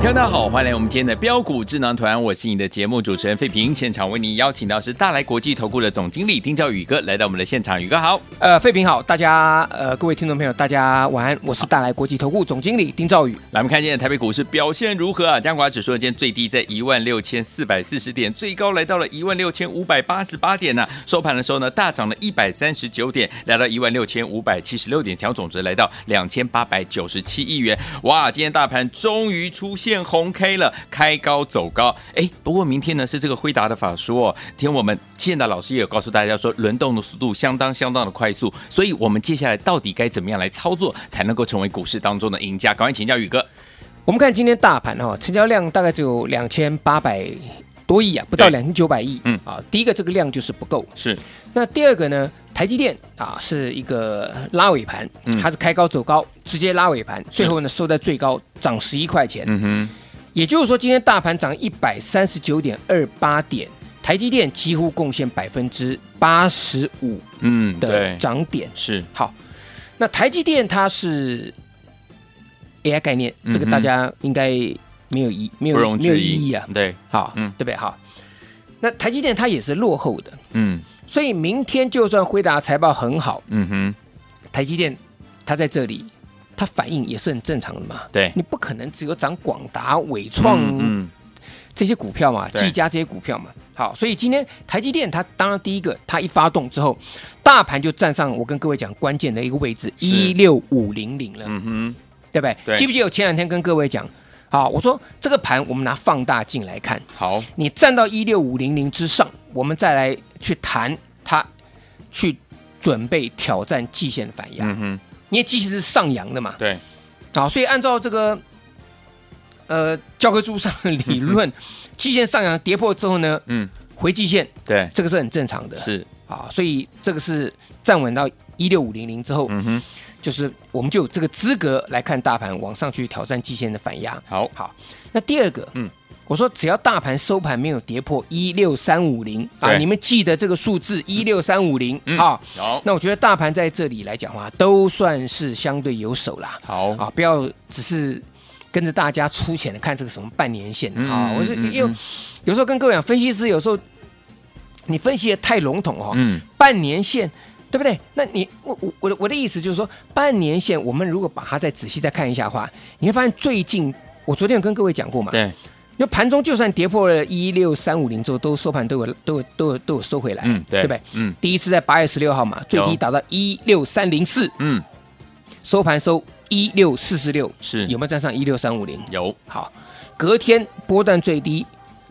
听众大家好，欢迎来我们今天的标股智囊团，我是你的节目主持人费平。现场为您邀请到是大来国际投顾的总经理丁兆宇哥来到我们的现场，宇哥好。呃，费平好，大家呃，各位听众朋友，大家晚安，我是大来国际投顾总经理丁兆宇。来，我们看现在台北股市表现如何啊？加权指数呢，今天最低在一万六千四百四十点，最高来到了一万六千五百八十八点呢、收盘的时候呢，大涨了一百三十九点，来到一万六千五百七十六点，调总值来到两千八百九十七亿元。哇，今天大盘终于出现红 K 了，开高走高。哎，不过明天呢是这个辉达的法说哦，今天我们建达老师也有告诉大家说，轮动的速度相当相当的快速，所以我们接下来到底该怎么样来操作，才能够成为股市当中的赢家？赶快请教宇哥。我们看今天大盘哈、成交量大概只有两千八百多亿啊，不到对两千九百亿。嗯啊，第一个这个量就是不够。是那第二个呢，台积电啊是一个拉尾盘，嗯它是开高走高，直接拉尾盘，最后呢收在最高，涨十一块钱。嗯哼，也就是说，今天大盘涨一百三十九点二八点，台积电几乎贡献百分之八十五嗯，的对，涨点。是好，那台积电它是 AI 概念，这个嗯哼大家应该没有疑没不有容没有置异疑议啊。对，好，嗯嗯，对不对？好，那台积电它也是落后的，嗯所以明天就算辉达财报很好，嗯哼，台积电它在这里，它反应也是很正常的嘛。对，你不可能只有涨广达、伟创嗯嗯这些股票嘛，对技嘉这些股票嘛。好，所以今天台积电它当然第一个，它一发动之后，大盘就站上我跟各位讲关键的一个位置是一六五零零了，嗯哼，对不对？对记不记得我前两天跟各位讲，好，我说这个盘我们拿放大镜来看，好，你站到一六五零零之上，我们再来去谈它，去准备挑战季线反压，嗯哼，因为季线是上扬的嘛。对，好，所以按照这个呃教科书上的 理论，季线上扬跌破之后呢，嗯回季线，对，这个是很正常的。是，啊，所以这个是站稳到一六五零零之后，嗯哼，就是我们就有这个资格来看大盘往上去挑战季线的反压。好，好，那第二个，嗯嗯，我说只要大盘收盘没有跌破一六三五零啊，对你们记得这个数字一六三五零嗯啊。好，那我觉得大盘在这里来讲的话，都算是相对有手啦。好，啊，不要只是跟着大家粗浅的看这个什么半年线嗯啊。嗯我是嗯嗯又嗯有时候跟各位讲，分析师有时候你分析的太笼统哦，嗯，半年线。对不对？那你我我我的我的意思就是说，半年线我们如果把它再仔细再看一下的话，你会发现最近我昨天有跟各位讲过嘛，对，因为盘中就算跌破了一六三五零之后，都收盘都有都有都有都有收回来，嗯，对，对不对？嗯第一次在八月十六号嘛，最有低达到一六三零四，嗯，收盘收一六四四六，是有没有站上一六三五零？有，好，隔天波段最低，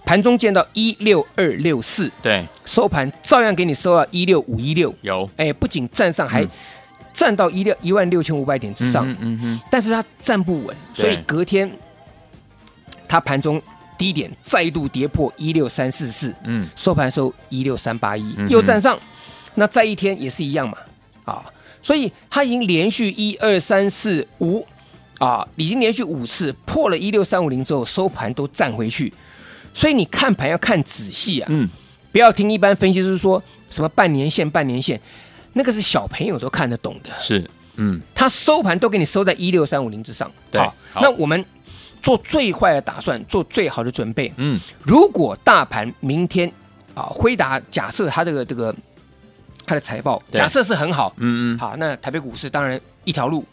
盘中见到一六二六四，对，收盘照样给你收到一六五一六，有，哎，不仅站上，还嗯站到一六一万六千五百点之上，嗯哼嗯哼，但是它站不稳，对所以隔天它盘中低点再度跌破一六三四四，嗯，收盘收一六三八一嗯，哼又站上，那再一天也是一样嘛，啊，所以它已经连续一二三四五啊，已经连续五次破了一六三五零之后，收盘都站回去，所以你看盘要看仔细啊，嗯，不要听一般分析师说什么半年线、半年线，那个是小朋友都看得懂的，是，嗯，它收盘都给你收在一六三五零之上，对好那我们做最坏的打算，做最好的准备，嗯，如果大盘明天啊，辉达假设它这个这个它的财报对假设是很好，嗯嗯，好，那台北股市当然一条路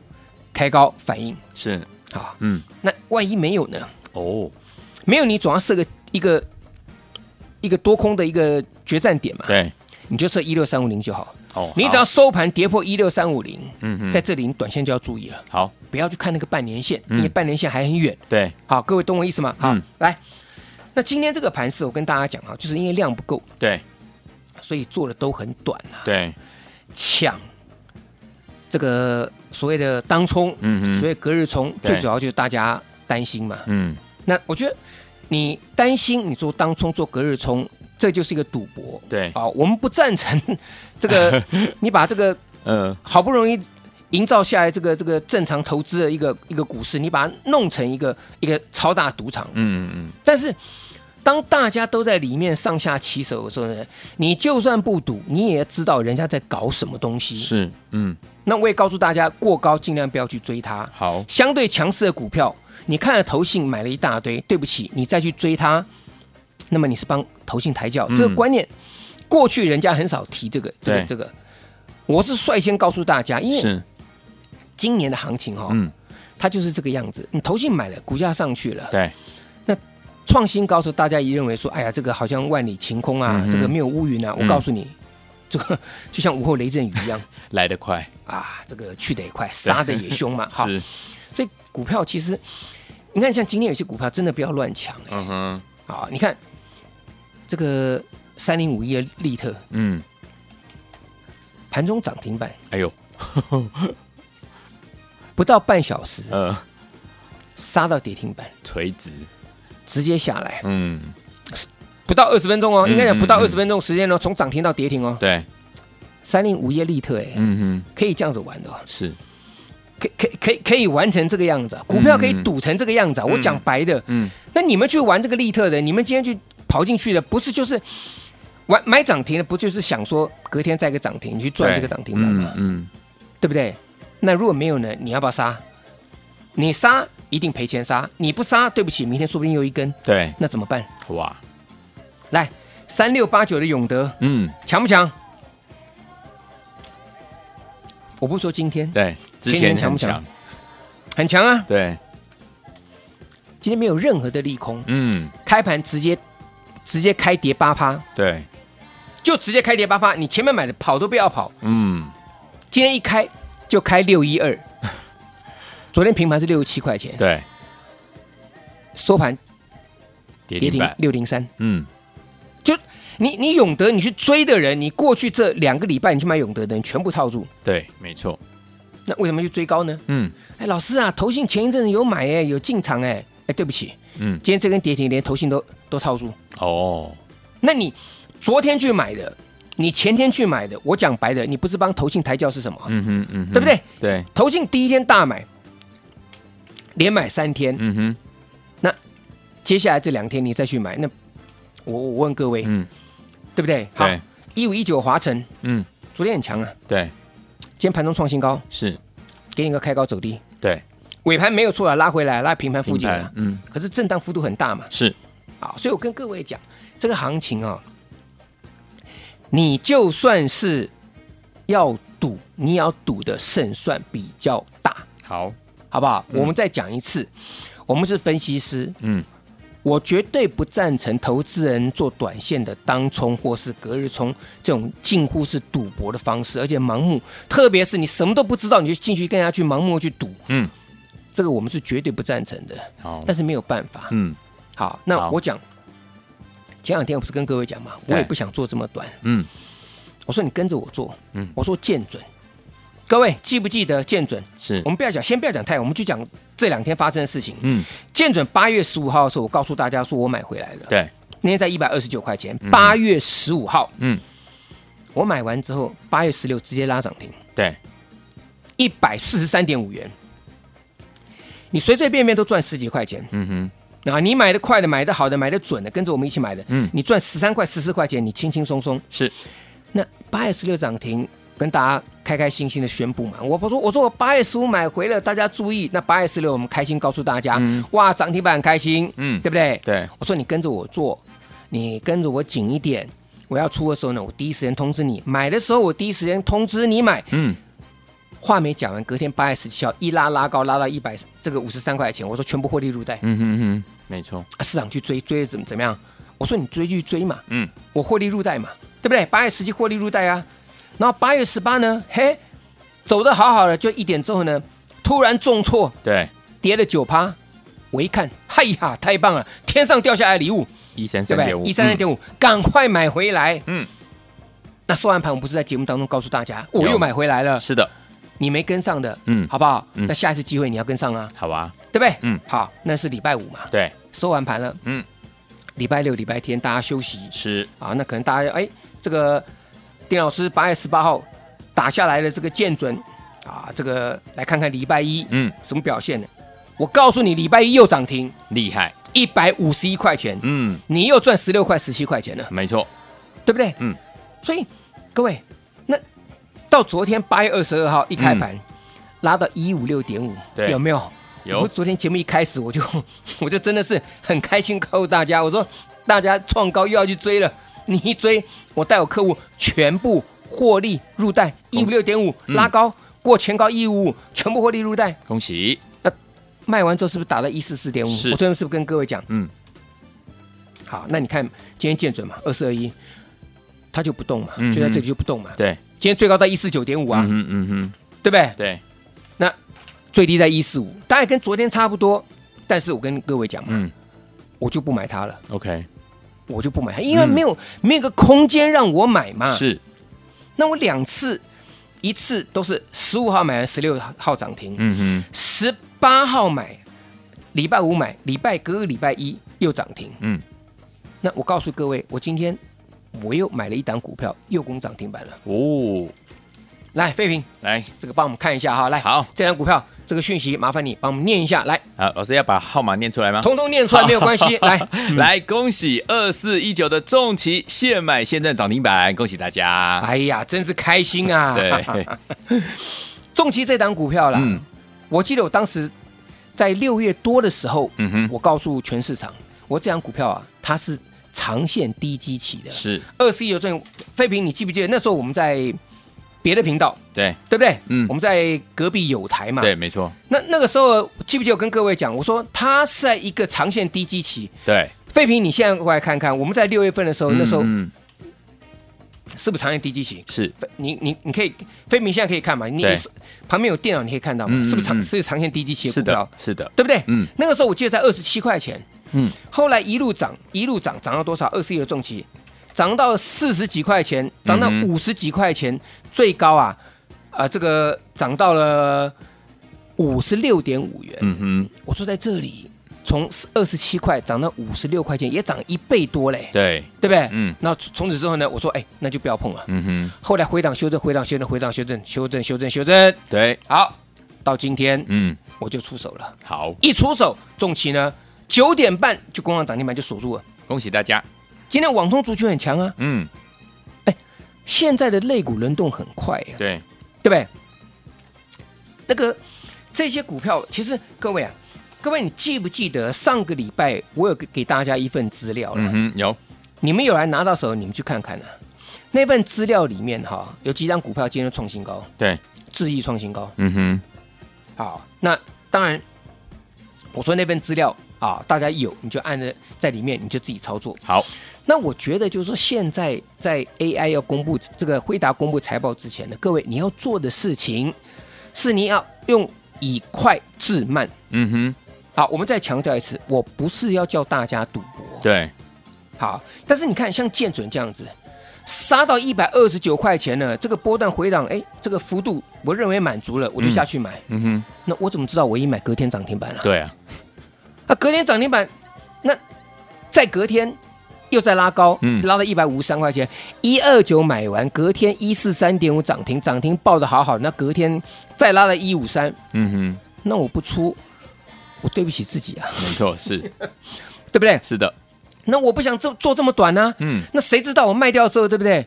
开高反应，是，好，嗯，那万一没有呢？哦，没有你总要设个一个一个多空的一个决战点嘛，对，你就设一六三五零就好。哦，你好只要，收盘跌破一六三五零，嗯嗯，在这里你短线就要注意了，好，不要去看那个半年线，嗯因为半年线还很远。对，好，各位懂我意思吗？好，嗯来，那今天这个盘势，我跟大家讲啊，就是因为量不够，对所以做的都很短啊，对，抢这个所谓的当冲，嗯哼所谓隔日冲，对最主要就是大家担心嘛。嗯，那我觉得你担心你做当冲做隔日冲，这就是一个赌博。对啊，我们不赞成 这个，你把这个呃，好不容易营造下来这个这个正常投资的一个一个股市，你把它弄成一个一个超大赌场。嗯嗯但是当大家都在里面上下其手的时候呢，你就算不赌，你也知道人家在搞什么东嗯，西。是，嗯，那我也告诉大家，过高尽量不要去追它。好，相对强势的股票，你看了投信买了一大堆，对不起，你再去追它，那么你是帮投信抬轿。嗯这个观念，过去人家很少提这个这个对这个。我是率先告诉大家，因为是，今年的行情哈、哦，嗯，它就是这个样子。你投信买了，股价上去了，对，创新高时，大家一认为说，哎呀，这个好像万里晴空啊，嗯哼这个没有乌云啊。我嗯告诉你， 这个就像午后雷阵雨一样 来得快，啊，这个去得也快，杀得也 凶嘛。好，是，所以股票其实，你看像今天有些股票真的不要乱抢哎、嗯哼，啊，你看这个三零五一的利特嗯，盘中涨停板，哎呦，不到半小时呃，杀到跌停板，垂直，直接下来，嗯，不到二十分钟哦，嗯应该讲不嗯到嗯二十分钟时间哦，从涨停到跌停哦。对，三零五一的利特哎、嗯哼，可以这样子玩的、哦。是，可可可以可以完成这个样子啊，股票可以赌成这个样子啊。我讲白的，嗯，那你们去玩这个利特的，你们今天去跑进去的，不是就是玩买涨停的，不就是想说隔天再一个涨停，你去赚对这个涨停板吗？嗯对不对？那如果没有呢？你要不要杀？你杀一定赔钱杀，你不杀，对不起，明天说不定又一根，嗯，对，那怎么办？哇，来，三六八九的永德嗯，强不强？我不说今天对，之前前年强很不强强，很强啊，对，今天没有任何的利空，嗯，开盘直接直接开跌八趴，对，就直接开跌八趴。你前面买的跑都不要跑，嗯，今天一开就开六一 二，昨天平盘是六十七块钱，对，收盘跌跌停停板，六零三。嗯，就你你永德你去追的人，你过去这两个礼拜你去买永德的人全部套住，对，没错，那为什么去追高呢？嗯哎，老师啊，投信前一阵子有买哎、有进场哎、哎，对不起，嗯，今天这根跌停连投信都都套住。哦，那你昨天去买的，你前天去买的，我讲白的，你不是帮投信抬轿是什么？嗯哼嗯哼，对不对？对，投信第一天大买，连买三天，嗯哼，接下来这两天你再去买，那我我问各位，嗯，对不对？对，一五一九华晨嗯，昨天很强啊，对，今天盘中创新高，是，给你个开高走低，对，尾盘没有错啊，拉回来拉平盘附近平啊盘，嗯，可是震荡幅度很大嘛，是，啊，所以我跟各位讲，这个行情啊、你就算是要赌，你也要赌的胜算比较大，好，好不好？我们再讲一次，我们是分析师，嗯，我绝对不赞成投资人做短线的当冲或是隔日冲这种近乎是赌博的方式，而且盲目，特别是你什么都不知道，你就进去跟人家去盲目地去赌，嗯，这个我们是绝对不赞成的。好，但是没有办法。嗯好，那好哎我讲，前两天我不是跟各位讲嘛，我对也不想做这么短，嗯，我说你跟着我做，嗯我说见准。各位记不记得见准？是我，们不要讲，先不要讲太，我们就讲这两天发生的事情。嗯，见准八月十五号的时候，我告诉大家说我买回来了，对，那天在一百二十九块钱。八月十五号，嗯，我买完之后，八月十六直接拉涨停，对，一百四十三点五元。你随随便便都赚十几块钱，嗯哼，啊，你买的快的，买的好的，买的准的，跟着我们一起买的，嗯你赚十三块、十四块钱，你轻轻松松。是，那八月十六涨停，跟大家开开心心的宣布嘛。我不说，我说我八月十五买回了，大家注意。那八月十六我们开心告诉大家，哇，涨停板很开心，嗯对不对？对，我说你跟着我做，你跟着我紧一点。我要出的时候呢，我第一时间通知你；买的时候，我第一时间通知你买。嗯，话没讲完，隔天八月十七号一拉拉高，拉到一百这个五十三块钱，我说全部获利入袋。嗯哼哼，没错，啊市场去追，追得怎么怎么样？我说你追就追嘛，嗯，我获利入袋嘛，对不对？八月十七获利入袋啊，然后八月十八呢，嘿，走的好好的，就一点之后呢，突然重挫，对，跌了九趴，我一看，嗨呀，太棒了，天上掉下来的礼物，一三对三不点对？五，一三三点五，赶快买回来。嗯，那收完盘，我不是在节目当中告诉大家，我有又买回来了嗯，，是的，你没跟上的，嗯好不好？嗯那下一次机会你要跟上啊，好吧，对不对？嗯好，那是礼拜五嘛，对，收完盘了，嗯，礼拜六、礼拜天大家休息是，啊，那可能大家哎，这个丁老师八月十八号打下来的这个见准啊，这个来看看礼拜一嗯，什么表现呢？我告诉你，礼拜一又涨停厉害，一百五十一块钱，嗯，你又赚十六块、十七块钱了，没错，对不对？嗯，所以各位，那到昨天八月二十二号一开盘、拉到一五六点五，嗯对有没有？我有，昨天节目一开始我就 我就真的是很开心告诉大家，我说大家创高又要去追了，你一追，我带我客户全部获利入袋嗯一五六点五拉高、过前高一五五，全部获利入袋。恭喜，卖完之后是不是打到一四四点五？是我昨天是不是跟各位讲？嗯，好，那你看今天见准嘛，二四二一，它就不动嘛，嗯哼就在这里就不动嘛。对，今天最高到一四九点五啊，嗯哼嗯哼，对不对？对，最低在一四五，当然跟昨天差不多，但是我跟各位讲嘛，嗯我就不买它了。 ，OK，我就不买它，因为没有、没有个空间让我买嗯嘛。，是，那我两次，一次都是十五号买完，十六号涨停，嗯哼，十八、号买，礼拜五买，礼拜隔个礼拜一又涨停。嗯，那我告诉各位，我今天我又买了一档股票，又攻涨停板了。哦，来，飞平，来，这个帮我们看一下哈，来，好这档股票这个讯息，麻烦你帮我们念一下，来，好，老师要把号码念出来吗？嗯通通念出来没有 关系，来，啊来，恭喜二四一九的重旗现买现赚涨停板，恭喜大 家！哎呀，真是开心啊！ 对，重骑这档股票啦，嗯我记得我当时在六月多的时候，嗯哼我告诉全市场，我这档股票啊，它是长线低基期的，是，二十一有赚。废品，你记不记得那时候我们在别的频道，对，对不对？嗯我们在隔壁有台嘛。对，。没错，那那个时候记不记得我跟各位讲，我说它是在一个长线低基期。对，废品，你现在过来看看，我们在六月份的时候，那时候嗯嗯是不是长线低基期？是，你你你可以，飞明现在可以看嘛？你对你是旁边有电脑，你可以看到嗯嘛？嗯是不是长嗯是不是长线低基期的是股票的，？是的，对不对？嗯那个时候我记得在二十七块钱，嗯，后来一路涨，一路涨，涨到多少？二十一的重期，涨到四十几块钱，涨到嗯哼五十几块钱，最高啊，啊，这个涨到了五十六点五元。嗯哼，我说在这里，从二十七块涨到五十六块钱，也涨一倍多嘞，对，对不对？嗯那从此之后呢，我说，哎，那就不要碰了。嗯哼，后来回档修正，回档修正，回档修正，修正修正修正，对，好，到今天嗯，我就出手了，好，一出手，重旗呢九点半就攻上涨停板就锁住了。恭喜大家，今天网通族群很强啊，嗯，现在的肋骨轮动很快呀、对，对不对？那个这些股票，其实各位啊，各位你记不记得上个礼拜我有给给大家一份资料了？嗯哼，有，你们有来拿到手，你们去看看啊。那份资料里面哈、有几张股票今天创新高，对，智易创新高，嗯哼，好，那当然，我说那份资料啊，大家有你就按着在里面，你就自己操作。好，那我觉得就是说，现在在 AI 要公布这个辉达公布财报之前呢，各位你要做的事情是你要用以快制慢。嗯哼，好，我们再强调一次，我不是要叫大家赌博。对，好，但是你看像建准这样子。杀到一百二十九块钱呢，这个波段回档，哎，这个幅度我认为满足了，我就下去买。嗯哼，那我怎么知道我一买隔天涨停板啊？对啊，啊，隔天涨停板，那再隔天又再拉高，嗯拉到一百五十三块钱，一二九买完，隔天一四三点五涨停，涨停报的好好，那隔天再拉了一五三，嗯那我不出，我对不起自己啊，哼，没错，是，对不对？是的，那我不想这做这么短呢、嗯，那谁知道我卖掉的时候，对不对？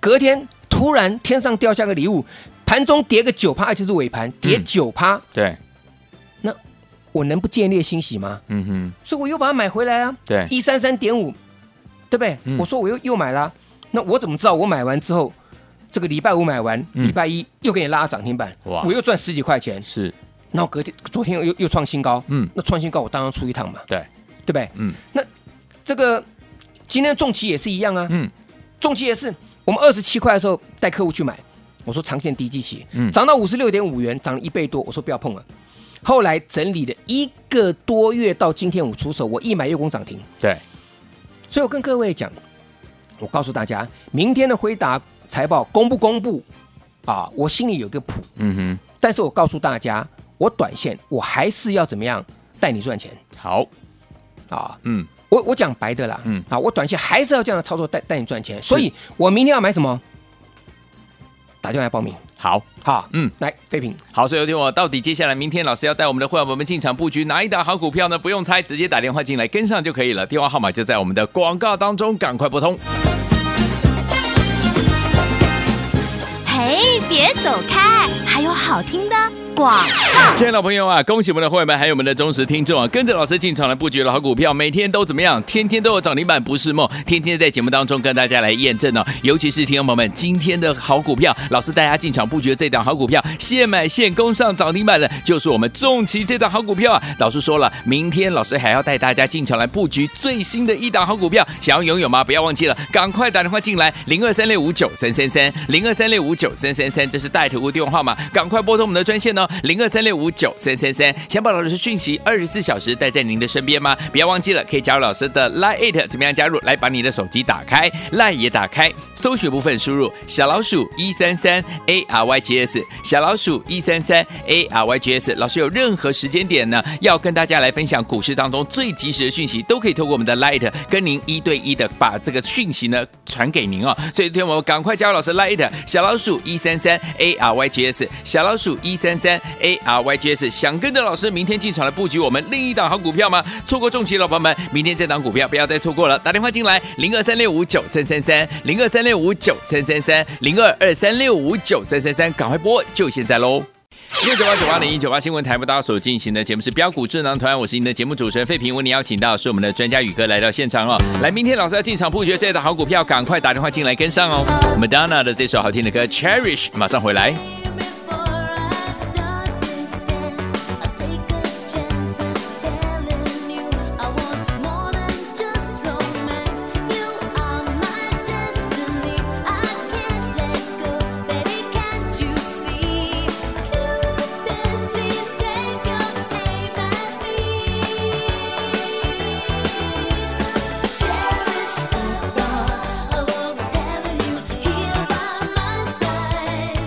隔天突然天上掉下个礼物，盘中跌个九趴，而且是尾盘跌嗯九趴，对，我能不见猎欣喜吗？嗯哼，所以我又把它买回来啊。对，一三三点五，对不对？哎嗯我说我又又买啦、那我怎么知道我买完之后，这个礼拜五买完，嗯礼拜一又给你拉涨停板，哇我又赚十几块钱，是，那我隔天昨天又又创新高，嗯那创新高我当然出一趟嘛，对，对不对？嗯，这个今天重旗也是一样啊，嗯，重旗也是我们二十七块的时候带客户去买，我说长线低基期，嗯涨到五十六点五元，涨了一倍多，我说不要碰了。后来整理了一个多月，到今天我出手，我一买月供涨停。对，所以我跟各位讲，我告诉大家，明天的辉达财报公不公布啊，我心里有个谱。嗯但是我告诉大家，我短线我还是要怎么样带你赚钱哼，好，啊！嗯，我我讲白的啦，嗯啊，我短线还是要这样的操作带带你赚钱，所以我明天要买什么？打电话来报名，好，好，嗯，来废品，好，所以有听我到底接下来明天老师要带我们的会员朋友们进场布局哪一档好股票呢？不用猜，直接打电话进来跟上就可以了。电话号码就在我们的广告当中，赶快拨通。嘿，别走开，还有好听的广。亲爱的朋友啊，恭喜我们的会员们，还有我们的忠实听众啊，跟着老师进场来布局了好股票，每天都怎么样？天天都有涨停板不是梦，天天在节目当中跟大家来验证哦。尤其是听众朋友们，今天的好股票，老师带大家进场布局的这档好股票，现买现攻上涨停板的，就是我们重旗这档好股票啊。老师说了，明天老师还要带大家进场来布局最新的一档好股票，想要拥有吗？不要忘记了，赶快打电话进来，零二三六五九三三三，零二三六五九三三三，这是带图物电话号码，赶快拨通我们的专线哦，零二三六五九三三三。想把老师讯息二十四小时带在您的身边吗？不要忘记了，可以加入老师的 Line It，怎么样加入？来把你的手机打开，Line 也打开，搜寻部分输入小老鼠一三三 A R Y G S，小老鼠一三三 A R Y G S。老师有任何时间点呢，要跟大家来分享股市当中最及时的讯息，都可以透过我们的 Light 跟您一对一的把这个讯息呢传给您哦。所以，天我们赶快加入老师 Light 小老鼠一三三 A R Y G S，小老鼠一三三 A R Y G S。想跟着老师明天进场来布局我们另一档好股票吗？错过重疾的老板们，明天这档股票不要再错过了，打电话进来零二三六五九三三三零二三六五九三三三零二二三六五九三三三，赶快拨，就现在喽！六九八九八零一九八新闻台为大家所进行的节目是标股智囊团，我是您的节目主持人费平，为您邀请到是我们的专家宇哥来到现场哦。来，明天老师要进场布局这类的好股票，赶快打电话进来跟上哦。Madonna 的这首好听的歌《Cherish》，马上回来。 Cherish the thought of always having you here by my side.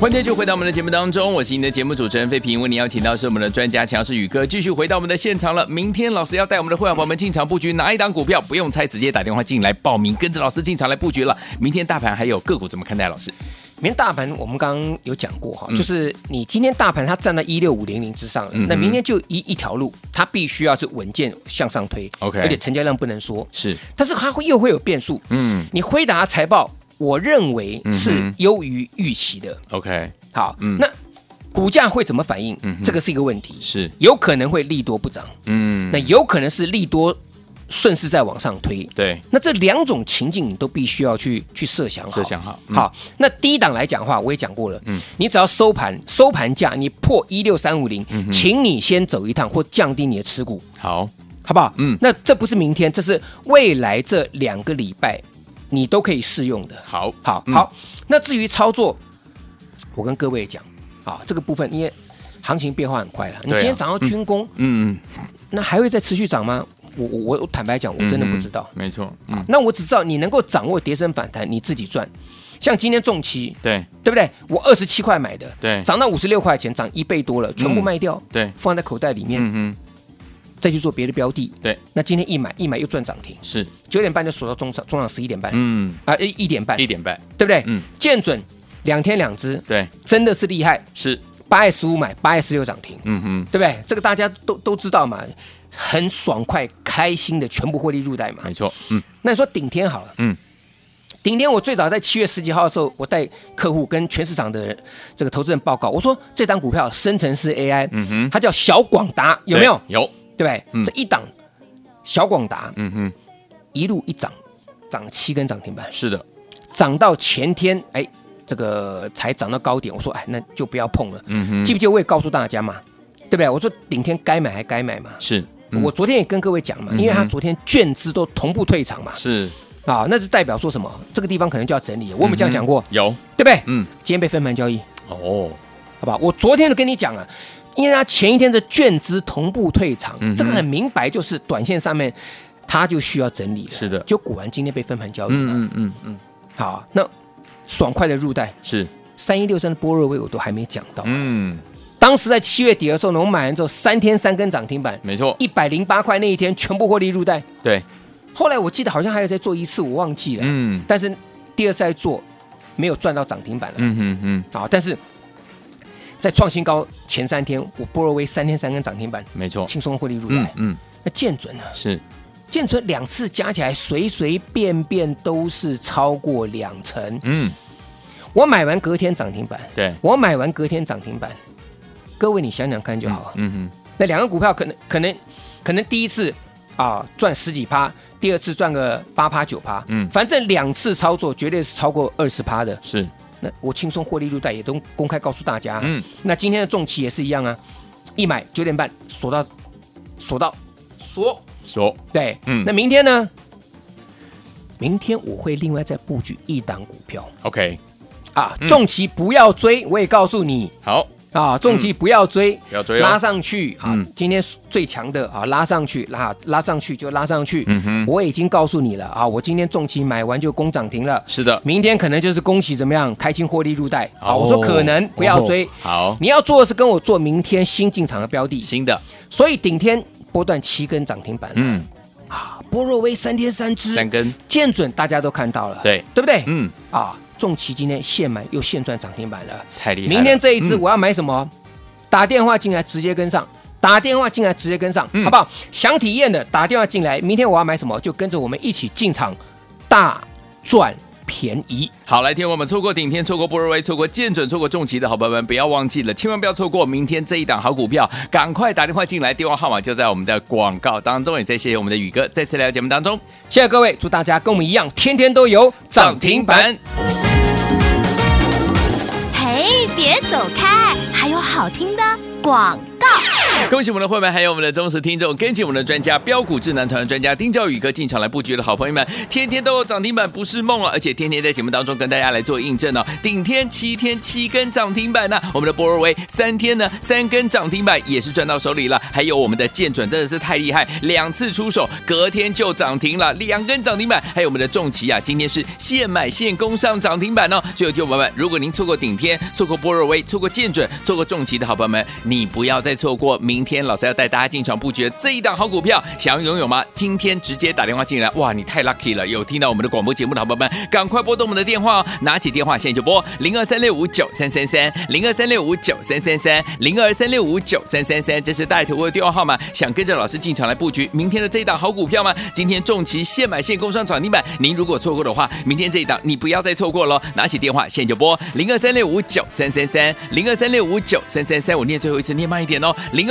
欢迎就回到我们的节目当中，我是你的节目主持人费平，为您邀请到是我们的专家强势宇哥，继续回到我们的现场了。明天老师要带我们的会员朋友们进场布局哪一档股票，不用猜，直接打电话进来报名，跟着老师进场来布局了。明天大盘还有个股怎么看待？老师，明天大盘我们刚刚有讲过哈，就是你今天大盘它站在一六五零零之上了，嗯那明天就一一条路，它必须要是稳健向上推 OK 而且成交量不能缩，是但是它会又会有变数。嗯你辉达财报，我认为嗯是哼优于预期的。 ，OK，好，嗯那股价会怎么反应？嗯哼这个是一个问题，是有可能会利多不涨，嗯那有可能是利多顺势再往上推。对，那这两种情境你都必须要去去设想好。设想好嗯好，那第一档来讲的话，我也讲过了，嗯你只要收盘收盘价你破一六三五零，嗯请你先走一趟或降低你的持股，好，好不好？嗯那这不是明天，这是未来这两个礼拜你都可以试用的。好，好、嗯好，那至于操作，我跟各位讲啊，这个部分因为行情变化很快了，你对啊今天涨到军工，嗯，那还会再持续涨吗？我我我坦白讲，我嗯真的不知道。嗯没错，嗯，那我只知道你能够掌握跌升反弹，你自己赚。像今天重期，对对不对？我二十七块买的，对涨到五十六块钱，涨一倍多了，全部嗯卖掉，对，放在口袋里面，嗯嗯，再去做别的标的。对，那今天一买一买又赚涨停，是，九点半就锁到中场，中场十一点半，嗯，啊一一点半，一对点半，不对？嗯，见准两天两只，对，真的是厉害，是，八月十五买，八月十六涨停，嗯哼，对不对？这个大家都都知道嘛，很爽快、开心的全部获利入袋嘛没。错，嗯那你说顶天好了，嗯，顶天我最早在七月十几号的时候，我带客户跟全市场的这个投资人报告，我说这档股票生成式 AI，嗯哼，它叫小广达，有没有？对有，对不对？嗯这一档小广达嗯哼，一路一涨，涨七根涨停板，是的，涨到前天，哎，这个才涨到高点，我说哎，那就不要碰了。嗯哼，记不记得我也告诉大家嘛，对不对？我说顶天该买还该买嘛。是，嗯我昨天也跟各位讲嘛，因为嗯它哼昨天券资都同步退场嘛，是，啊，那就代表说什么？这个地方可能就要整理。我们这样讲过，嗯有，对不对？嗯，今天被分盘交易，哦，好吧？我昨天就跟你讲了，因为它前一天的券资同步退场，嗯哼这个很明白，就是短线上面它就需要整理了。是的就果然今天被分盘交易。嗯嗯嗯嗯，好，那爽快的入袋，是，三一六三的波若威我都还没讲到。嗯，当时在七月底的时候呢，我买完之后三天三根涨停板，没错，一百零八块那一天全部获利入袋。对，后来我记得好像还有再做一次，我忘记了。嗯但是第二次再做没有赚到涨停板了。嗯嗯嗯，啊，但是在创新高前三天，我波罗威三天三根涨停板，没错，轻松获利入嗯袋。嗯，那建准呢？是，建准两次加起来，随随便便都是超过两成。嗯，我买完隔天涨停板，对，我买完隔天涨停板。各位，你想想看就好啊。嗯哼，那两个股票可能可能可能第一次啊赚十几趴，第二次赚个八趴九趴，嗯反正两次操作绝对是超过二十趴的。是，那我轻松获利入袋，也都公开告诉大家。嗯，那今天的重期也是一样啊，一买九点半锁到锁到锁，说，对，嗯那明天呢？明天我会另外再布局一档股票 OK，啊，嗯重期不要追，我也告诉你好，啊，重期不要追，不要追哦拉上去啊嗯，今天最强的啊，拉上去，拉拉上去就拉上去，嗯哼，我已经告诉你了啊，我今天重期买完就攻涨停了。是的，明天可能就是恭喜怎么样，开心获利入袋啊！哦我说可能不要追哦，好你要做的是跟我做明天新进场的标的，新的，所以顶天波段七根涨停板，嗯，波若威三天三只，三根，见准大家都看到了，对对不对？嗯，啊，重旗今天现买又现赚涨停板了，太厉害了，明天这一只嗯我要买什么？打电话进来直接跟上。打电话进来直接跟上，嗯好不好？想体验的打电话进来，明天我要买什么就跟着我们一起进场，大赚便宜。好，来，听我们错过顶天、错过波若威、错过剑准、错过重骑的好朋友们，不要忘记了，千万不要错过明天这一档好股票，赶快打电话进来，电话号码就在我们的广告当中。也再谢谢我们的宇哥再次来到节目当中，谢谢各位，祝大家跟我们一样，天天都有涨停板。。嘿，别走开，还有好听的广告。恭喜我们的会员，还有我们的忠实听众，跟紧我们的专家标股智囊团专家丁兆宇哥进场来布局的好朋友们，天天都有涨停板不是梦了，啊而且天天在节目当中跟大家来做印证哦，顶天七天七根涨停板呢、我们的博尔维三天呢三根涨停板也是赚到手里了，还有我们的建准真的是太厉害，两次出手隔天就涨停了，两根涨停板，还有我们的重旗啊，今天是现买现攻上涨停板哦，所以听众朋友们，如果您错过顶天、错过波若威、错过剑准、错过重旗的好朋友们，你不要再错过，明天老师要带大家进场布局的这一档好股票，想要拥有吗？今天直接打电话进来，哇，你太 lucky 了！有听到我们的广播节目的好朋友们，赶快拨动我们的电话哦，拿起电话现在就拨零二三六五九三三三零二三六五九三三三零二三六五九三三三，这是带头的电话号码，想跟着老师进场来布局明天的这一档好股票吗？今天重旗现买现攻上涨停板，您如果错过的话，明天这一档你不要再错过喽！哦拿起电话现在就拨零二三六五九三三三零二三六五九三三三，我念最后一次，念慢一点哦，零